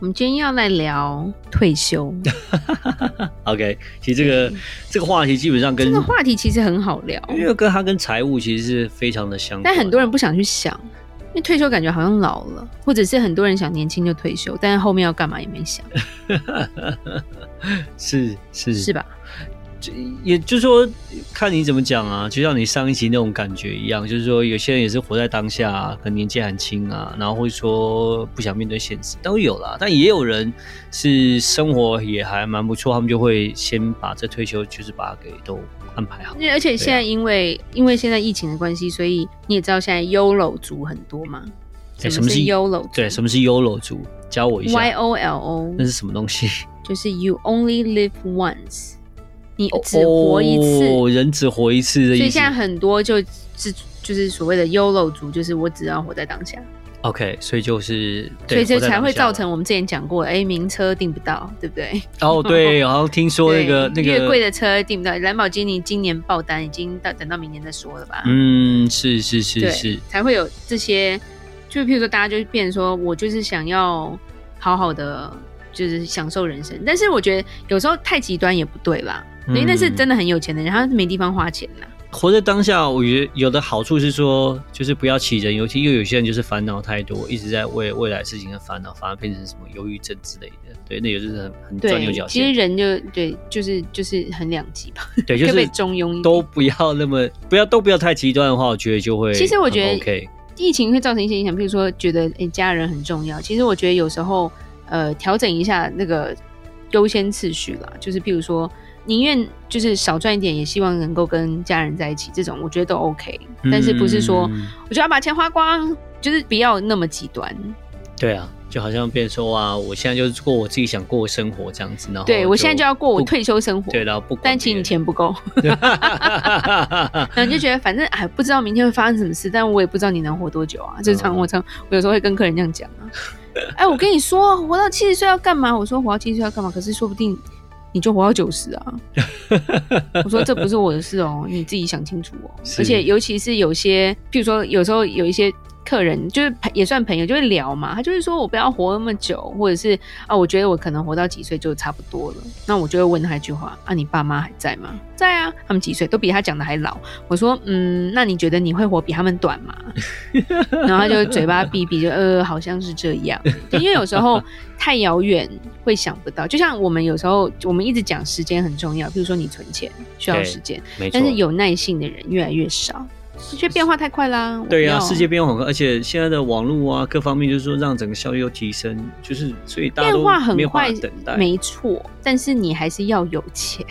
我们今天要来聊退休， OK，其实这个这个话题基本上嗯跟这个话题其实很好聊，因为跟它跟财务其实是非常的相关。但很多人不想去想，因为退休感觉好像老了，或者是很多人想年轻就退休，但是后面要干嘛也没想，是是是吧？就也就是说，看你怎么讲啊，就像你上一集那种感觉一样，就是说有些人也是活在当下、啊，可能年纪很轻啊，然后会说不想面对现实，都有啦。但也有人是生活也还蛮不错，他们就会先把这退休就是把它给都安排好。而且现在因为、因为现在疫情的关系，所以你也知道现在 YOLO 族很多嘛。哎什么是 YOLO？对，什么是 YOLO 族？教我一下 Y O L O 那是什么 东西？就是 You only live once，你只活一次。哦，人只活一次的所意以思现。在很多就是就是所谓的 YOLO 族，就是我只要活在当下， OK，所以就是，所以对这活在才会当下造成我们之前讲过，哎，名车订不到，对不对？哦，对，好像听说那个那对个越贵的车订不到，兰博基尼今年爆单，已经到等到明年再说了吧？嗯，是是是对，是，才会有这些，就譬如说大家就变成说我就是想要好好的。就是享受人生，但是我觉得有时候太极端也不对啦，因为那是嗯真的很有钱的人，他是没地方花钱啦。活在当下，我觉得有的好处是说，就是不要杞人忧天，因为有些人就是烦恼太多，一直在为未来事情的烦恼，反而变成什么忧郁症之类的。对，那也是很很钻牛对角，其实尖。人就对，就是就是很两极吧，对，就可不可以是中庸一点都不要那么不要都不要太极端的话，我觉得就会很 OK。其实我觉得疫情会造成一些影响，譬如说觉得诶、哎家人很重要。其实我觉得有时候呃调整一下那个优先次序啦，就是譬如说宁愿就是少赚一点，也希望能够跟家人在一起，这种我觉得都 OK。但是不是说、嗯我就要把钱花光，就是不要那么极端。对啊，就好像变成说啊，我现在就是过我自己想过的生活这样子，然后对我现在就要过我哦不退休生活，对，然后不管但其实你 别人，钱不够，然后你就觉得反正哎不知道明天会发生什么事，但我也不知道你能活多久啊。就是常嗯我常我有时候会跟客人这样讲啊，哎我跟你说活到七十岁要干嘛？我说活到七十岁要干嘛？可是说不定你就活到九十啊。 我说这不是我的事哦，你自己想清楚哦。是而且尤其是有些，譬如说有时候有一些。客人就是朋也算朋友，就会聊嘛。他就是说我不要活那么久，或者是啊，我觉得我可能活到几岁就差不多了。那我就会问他一句话：啊，你爸妈还在吗？在啊，他们几岁？都比他讲的还老。我说，嗯，那你觉得你会活比他们短 吗？然后他就嘴巴闭闭，就呃，好像是这样。对因为有时 候太遥远会想不到，就像我们有时候我们一直讲时间很重要，比如说你存钱需要对时间，没错但是有耐性的人越来越少，因为变化太快啦。我对不呀、要世界变化很快，而且现在的网络啊，各方面就是说让整个效率又提升，就是所以大家变都化很没有办快法等，待。没错，但是你还是要有 钱。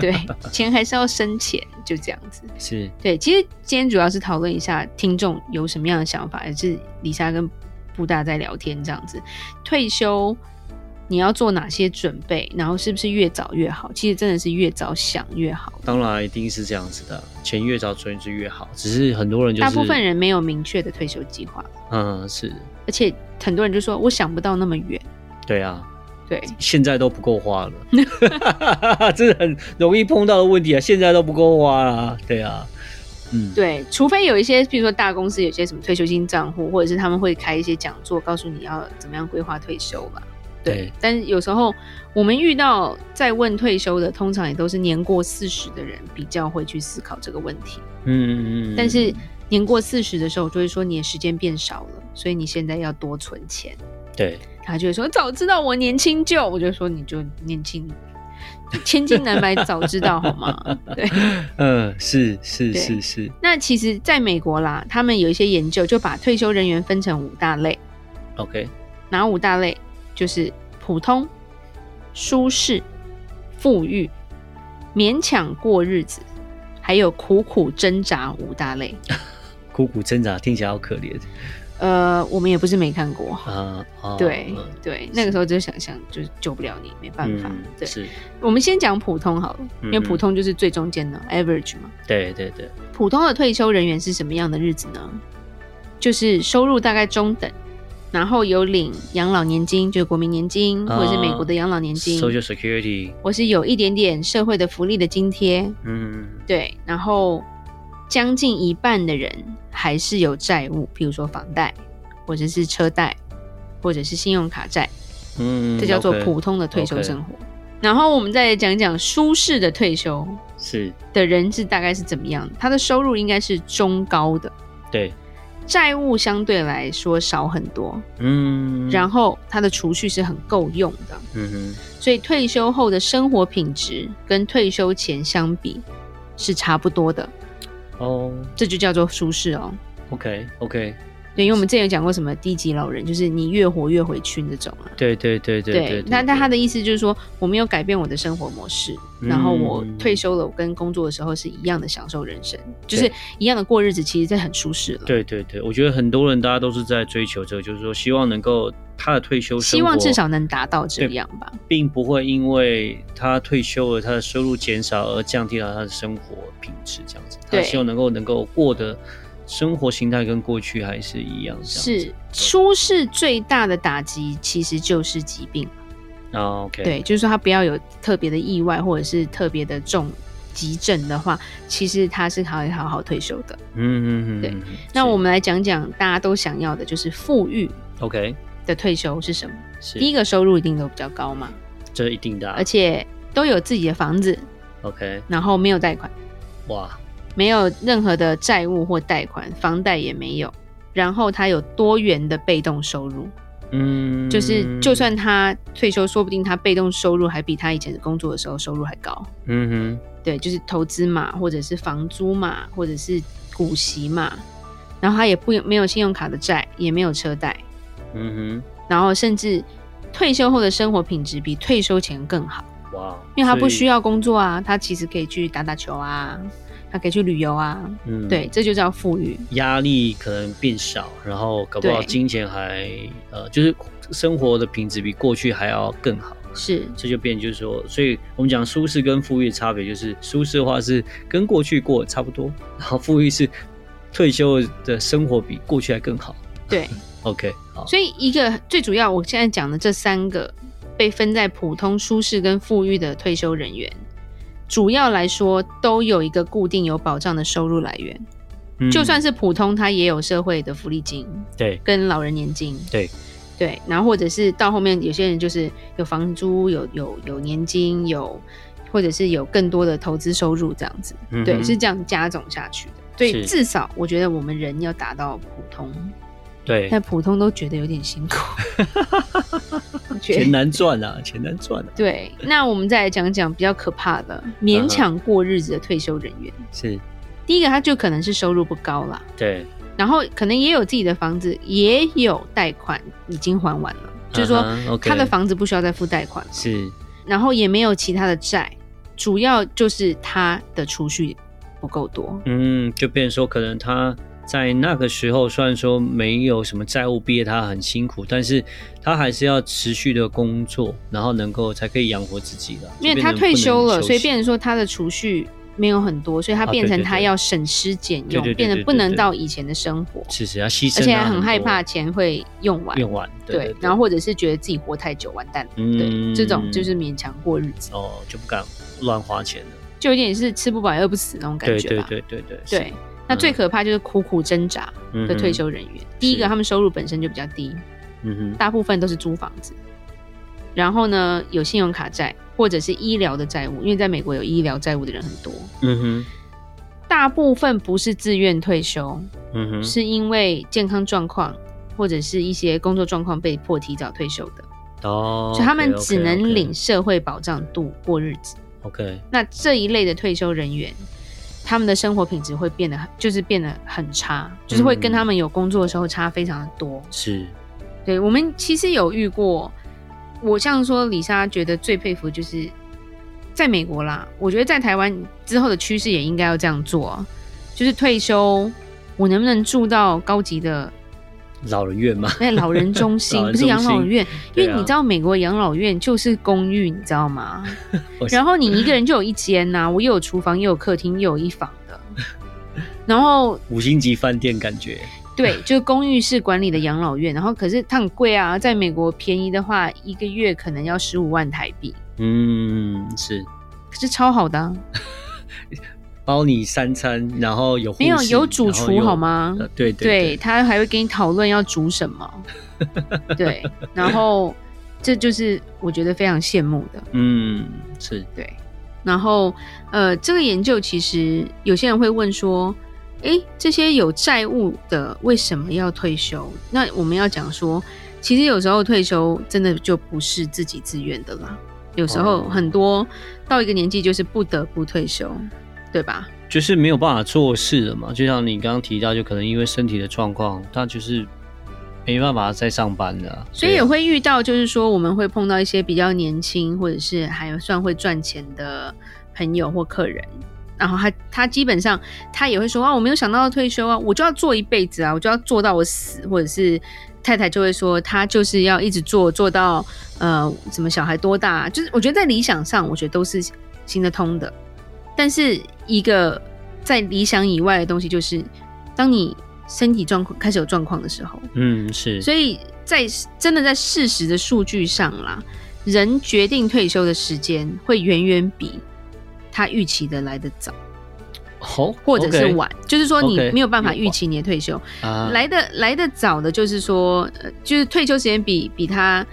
对，钱还是要生钱，就这样子。是对，其实今天主要是讨论一下听众有什么样的想法，也是李莎跟布大在聊天这样子。退休你要做哪些准备，然后是不是越早越好？其实真的是越早想越好。当然一定是这样子的，钱越早存是越好，只是很多人就是大部分人没有明确的退休计划，嗯是而且很多人就说我想不到那么远。对啊，对，现在都不够花了， 这是很容易碰到的问题啊，现在都不够花啊，对啊，嗯，对，除非有一些，比如说大公司有些什么退休金账户，或者是他们会开一些讲座，告诉你要怎么样规划退休吧。对但是有时候我们遇到在问退休的，通常也都是年过四十的人比较会去思考这个问题。嗯嗯嗯，但是年过四十的时候，我就会说你的时间变少了，所以你现在要多存钱。对他就会说早知道我年轻就，我就说你就年轻，千金难买早知道好吗？ 对。嗯是是对是是，那其实，在美国啦，他们有一些研究就把退休人员分成五大类， OK 哪五大类？就是普通、舒适、富裕、勉强过日子，还有苦苦挣扎五大类。苦苦挣扎听起来好可怜，呃，我们也不是没看过。啊，啊对嗯对，那个时候就想象就是救不了你，没办法。嗯对，是，我们先讲普通好了，因为嗯普通就是最中间的 average 嘛。对对对，普通的退休人员是什么样的日子呢？就是收入大概中等，然后有领养老年金，就是国民年金啊或者是美国的养老年金， Social Security，我是有一点点社会的福利的津贴，嗯，对，然后将近一半的人还是有债务，比如说房贷，或者是车贷，或者是信用卡债，嗯，这叫做 OK，普通的退休生活。然后我们再讲讲舒适的退休是，的人是大概是怎么样的，他的收入应该是中高的，对，债务相对来说少很多，嗯，然后他的储蓄是很够用的，嗯哼，所以退休后的生活品质跟退休前相比是差不多的，哦这就叫做舒适哦。 ，OK OK，对，因为我们之前有讲过什么低级老人，就是你越活越回去那种啊。对对对对对，那但他的，的意思就是说，我没有改变我的生活模式，嗯然后我退休了，我跟工作的时候是一样的享受人生，就是一样的过日子，其实这很舒适了。，对对对，我觉得很多人大家都是在追求这个，就是说希望能够他的退休生活，希望至少能达到这对样吧。并不会因为他退休了，他的收入减少而降低了他的生活品质，这样子。他对希望能够能够过的生活形态跟过去还是一样，这样子是舒适最大的打击其实就是疾病，啊，OK，对，就是说他不要有特别的意外或者是特别的重急症的话，其实他是可以好好退休的。嗯嗯嗯，对嗯。那是我们来讲讲大家都想要的，就是富裕 OK 的退休是什么？是第一个收入一定都比较高嘛，这是一定的啊、而且都有自己的房子， OK，然后没有贷款，哇，没有任何的债务或贷款，房贷也没有，然后他有多元的被动收入。嗯，就是就算他退休，说不定他被动收入还比他以前工作的时候收入还高。嗯对，就是投资嘛，或者是房租嘛，或者是股息嘛，然后他也不没有信用卡的债，也没有车贷，哼嗯然后甚至退休后的生活品质比退休前更好，哼，哇，因为他不需要，要工作啊，他其实可以去打打球啊，他可以去旅游啊，嗯对，，这就叫富裕。压力可能变少，然后搞不好对金钱还呃，就是生活的品质比过去还要更好。是这就变就是说，所以我们讲舒适跟富裕的差别，就是舒适的话是跟过去过得差不多，然后富裕是退休的生活比过去还更好。对， OK，好，所以一个最主要，我现在讲的这三个被分在普通、舒适跟富裕的退休人员，主要来说都有一个固定有保障的收入来源。嗯就算是普通，他也有社会的福利金对跟老人年金。对对，然后或者是到后面有些人就是有房租、有有有年金、有或者是有更多的投资收入这样子。嗯哼对，是这样加总下去的。所以是至少我觉得我们人要达到普通，对，但普通都觉得有点辛苦。我觉钱得难赚啊，钱难赚啊，对，那我们再来讲讲比较可怕的嗯勉强过日子的退休人员。是第一个，他就可能是收入不高啦，对，然后可能也有自己的房子，也有贷款已经还完了，就是说嗯哼，OK 他的房子不需要再付贷款了，是然后也没有其他的债，主要就是他的储蓄不够多。嗯，就变成说可能他。在那个时候，虽然说没有什么债务，毕业他很辛苦，但是他还是要持续的工作，然后能够才可以养活自己的。因为就变他成退不能休了，休所以息变成说他的储蓄没有很多，所以他啊变对成对他对要省吃俭用，对对对变得对不对能对到以前的生活，是是要牺牲啊，而且还很多害怕钱会用完。用完，对对，然后或者是觉得自己活太久，完蛋了。对，嗯这种就是勉强过日子，哦就不敢乱花钱了，就有点是吃不饱也饿不死那种感对觉对吧。对对对对，那最可怕就是苦苦挣扎嗯的哼退休人员。第一个，是他们收入本身就比较低，嗯哼，大部分都是租房子，然后呢有信用卡债或者是医疗的债务，因为在美国有医疗债务的人很多。嗯哼，大部分不是自愿退休，嗯哼，是因为健康状况或者是一些工作状况被迫提早退休的，哦，所以他们只 OK，OK，OK 能领社会保障度过日子。 ，OK，那这一类的退休人员，他们的生活品质会变得很，就是变得很差，就是会嗯跟他们有工作的时候差非常的多。是，对我们其实有遇过，我像说李莎觉得最佩服就是在美国啦，我觉得在台湾之后的趋势也应该要这样做啊，就是退休我能不能住到高级的老人院嘛， 那老人中心老人不是中养老心院，因对为啊你知道美国养老院就是公寓，你知道吗？ 我然后你一个人就有一间呐、我又有厨房，又有客厅，又有一房 的。然后五星级饭店感觉，对，就是公寓式管理的养老院，然后可是它很贵啊，在美国便宜的话，一个月可能要十五万台币，嗯，是可是超好的啊、包你三餐，然后有护没有士有主然后厨有好吗？呃对对对，他还会跟你讨论要煮什么， 对，然后这就是我觉得非常羡慕的。嗯，是对，然后呃，这个研究其实有些人会问说，诶，这些有债务的为什么要退休？那我们要讲说，其实有时候退休真的就不是自己自愿的啦，有时候哦很多到一个年纪就是不得不退休，对吧？就是没有办法做事了嘛。就像你刚刚提到，就可能因为身体的状况，他就是没办法再上班了啊，所以对也啊会遇到，就是说我们会碰到一些比较年轻或者是还算会赚钱的朋友或客人，然后他他基本上他也会说啊，我没有想到要退休啊，我就要做一辈子啊，我就要做到我死，或者是太太就会说他就是要一直做做到呃什么小孩多大啊、就是我觉得在理想上，我觉得都是行得通的，但是一个在理想以外的东西，就是当你身体状况开始有状况的时候。嗯是，所以在真的在事实的数据上啦，人决定退休的时间会远远比他预期的来得早好或者是晚就是说你 OK，没有办法有预期你的退休。哦啊来的来的早的，就是说，呃，就是退休时间比比他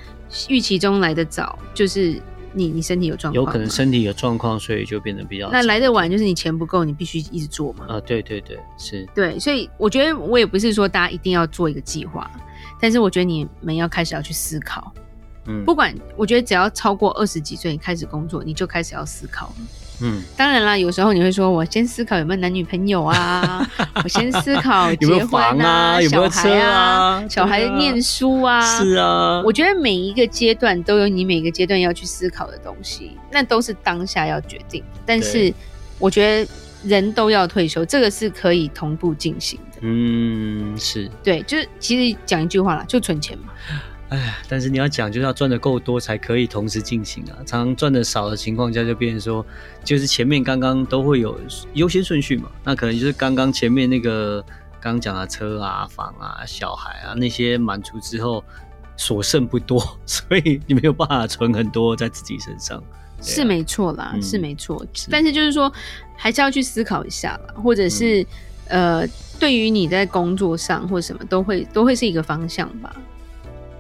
预期中来的早，就是你你身体有状况有嘛，可能身体有状况，所以就变得比较那早来的晚就是你钱不够，你必须一直做嘛。啊，对对对，是对，所以我觉得我也不是说大家一定要做一个计划，但是我觉得你们要开始要去思考。嗯不管，我觉得只要超过二十几岁，你开始工作，你就开始要思考了。嗯当然啦，有时候你会说，我先思考有没有男女朋友 啊，我先思考有没有结婚房啊有没有小孩啊车啊，小孩对啊念书啊。是啊，我觉得每一个阶段都有你每个阶段要去思考的东西，那都是当下要决定的。但是对我觉得人都要退休，这个是可以同步进行的。嗯是，对，就是其实讲一句话啦，就存钱嘛。哎，但是你要讲，就是要赚的够多才可以同时进行啊。常常赚的少的情况下，就变成说，就是前面刚刚都会有优先顺序嘛。那可能就是刚刚前面那个刚刚讲的车啊、房啊、小孩啊那些满足之后，所剩不多， 所以你没有办法存很多在自己身上。对啊是没错啦，嗯是没错，但是就是说，还是要去思考一下啦，嗯或者是、呃，对于你在工作上或什么都会都会是一个方向吧。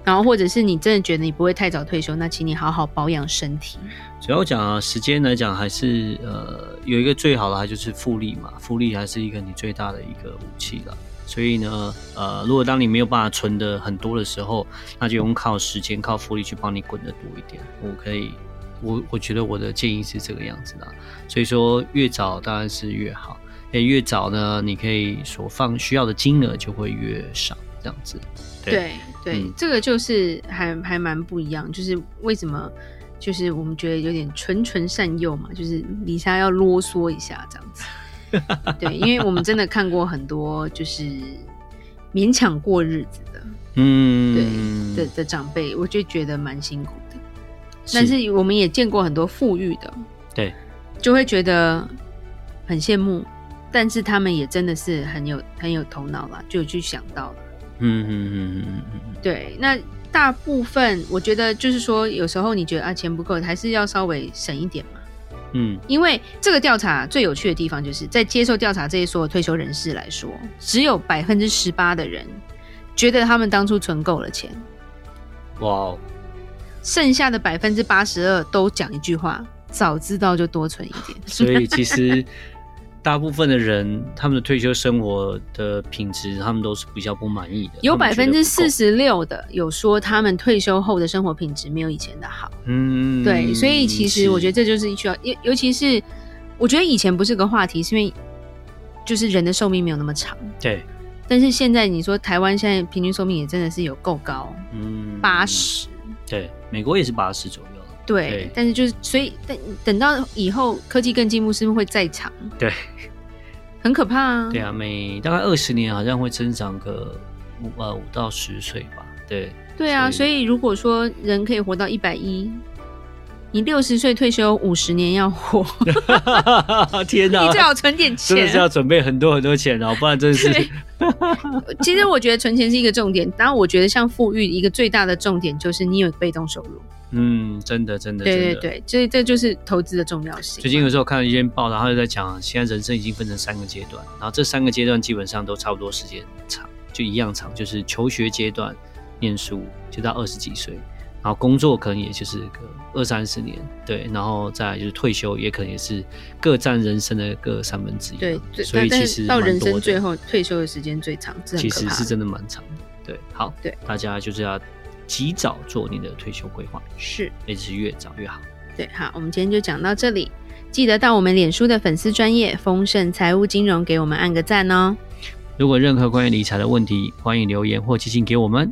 然后，或者是你真的觉得你不会太早退休，那请你好好保养身体。主要讲啊，时间来讲还是呃有一个最好的，它就是复利嘛，复利还是一个你最大的一个武器了。所以呢，呃，如果当你没有办法存的很多的时候，那就用靠时间、靠复利去帮你滚的多一点。我可以，我我觉得我的建议是这个样子的啊。所以说，越早当然是越好，也越早呢，你可以所放需要的金额就会越少，这样子。对对对，嗯这个就是还还蛮不一样，就是为什么就是我们觉得有点纯纯善诱嘛，就是李莎要啰嗦一下这样 子。对，因为我们真的看过很多就是勉强过日子的，嗯，的，的长辈，我就觉得蛮辛苦的。但是我们也见过很多富裕的，对，就会觉得很羡慕。但是他们也真的是很有很有头脑啦，就有去想到了。嗯嗯嗯嗯嗯嗯，对，那大部分我觉得就是说，有时候你觉得啊钱不够，还是要稍微省一点嘛。嗯，因为这个调查最有趣的地方，就是在接受调查这些所有退休人士来说，只有百分之十八的人觉得他们当初存够了钱，哇哦。剩下的百分之八十二都讲一句话：早知道就多存一点。 所以其实大部分的人，他们的退休生活的品质，他们都是比较不满意的。有他百们觉分得之不够四，十六的有说他们退休后的生活品质没有以前的好。嗯，对，所以其实我觉得这就是需要，尤尤其是我觉得以前不是个话题，是因为就是人的寿命没有那么长，这对，但是现在你说台湾现在平均寿命也真的是有够高，嗯，八，十。对，美国也是八十左右了。对，对但是就是所以等等到以后科技更进步，是不是会再长？对，很可怕啊。对啊，每大概二十年好像会增长个五呃五到十岁吧， 对对啊，所以如果说人可以活到一百一，你六十岁退休五十年要 活，天哪、你最好存点真的是要钱。准备很多很多钱哦，不然真的是对其实我觉得存钱是一个重点，然后我觉得像富裕一个最大的重点就是你有被动收入。嗯，真的真的真的。对对对，所以这就是投资的重要性。最近有时候看了一篇报道，他就在讲，现在人生已经分成三个阶段，然后这三个阶段基本上都差不多时间长，就一样长，就是求学阶段，念书就到二十几岁，然后工作可能也就是个二三十年，对，然后再来就是退休，也可能也是各占人生的各三分之一嘛，对，最所以但其但实是到蛮人多生的最后退休的时间最长，这很其可实怕是真的蛮长的，对，好，对，大家就是要及早做你的退休规划，是也是越早越好。对，好，我们今天就讲到这里，记得到我们脸书的粉丝专业丰盛财务金融给我们按个赞哦！如果任何关于理财的问题，欢迎留言或寄信给我们。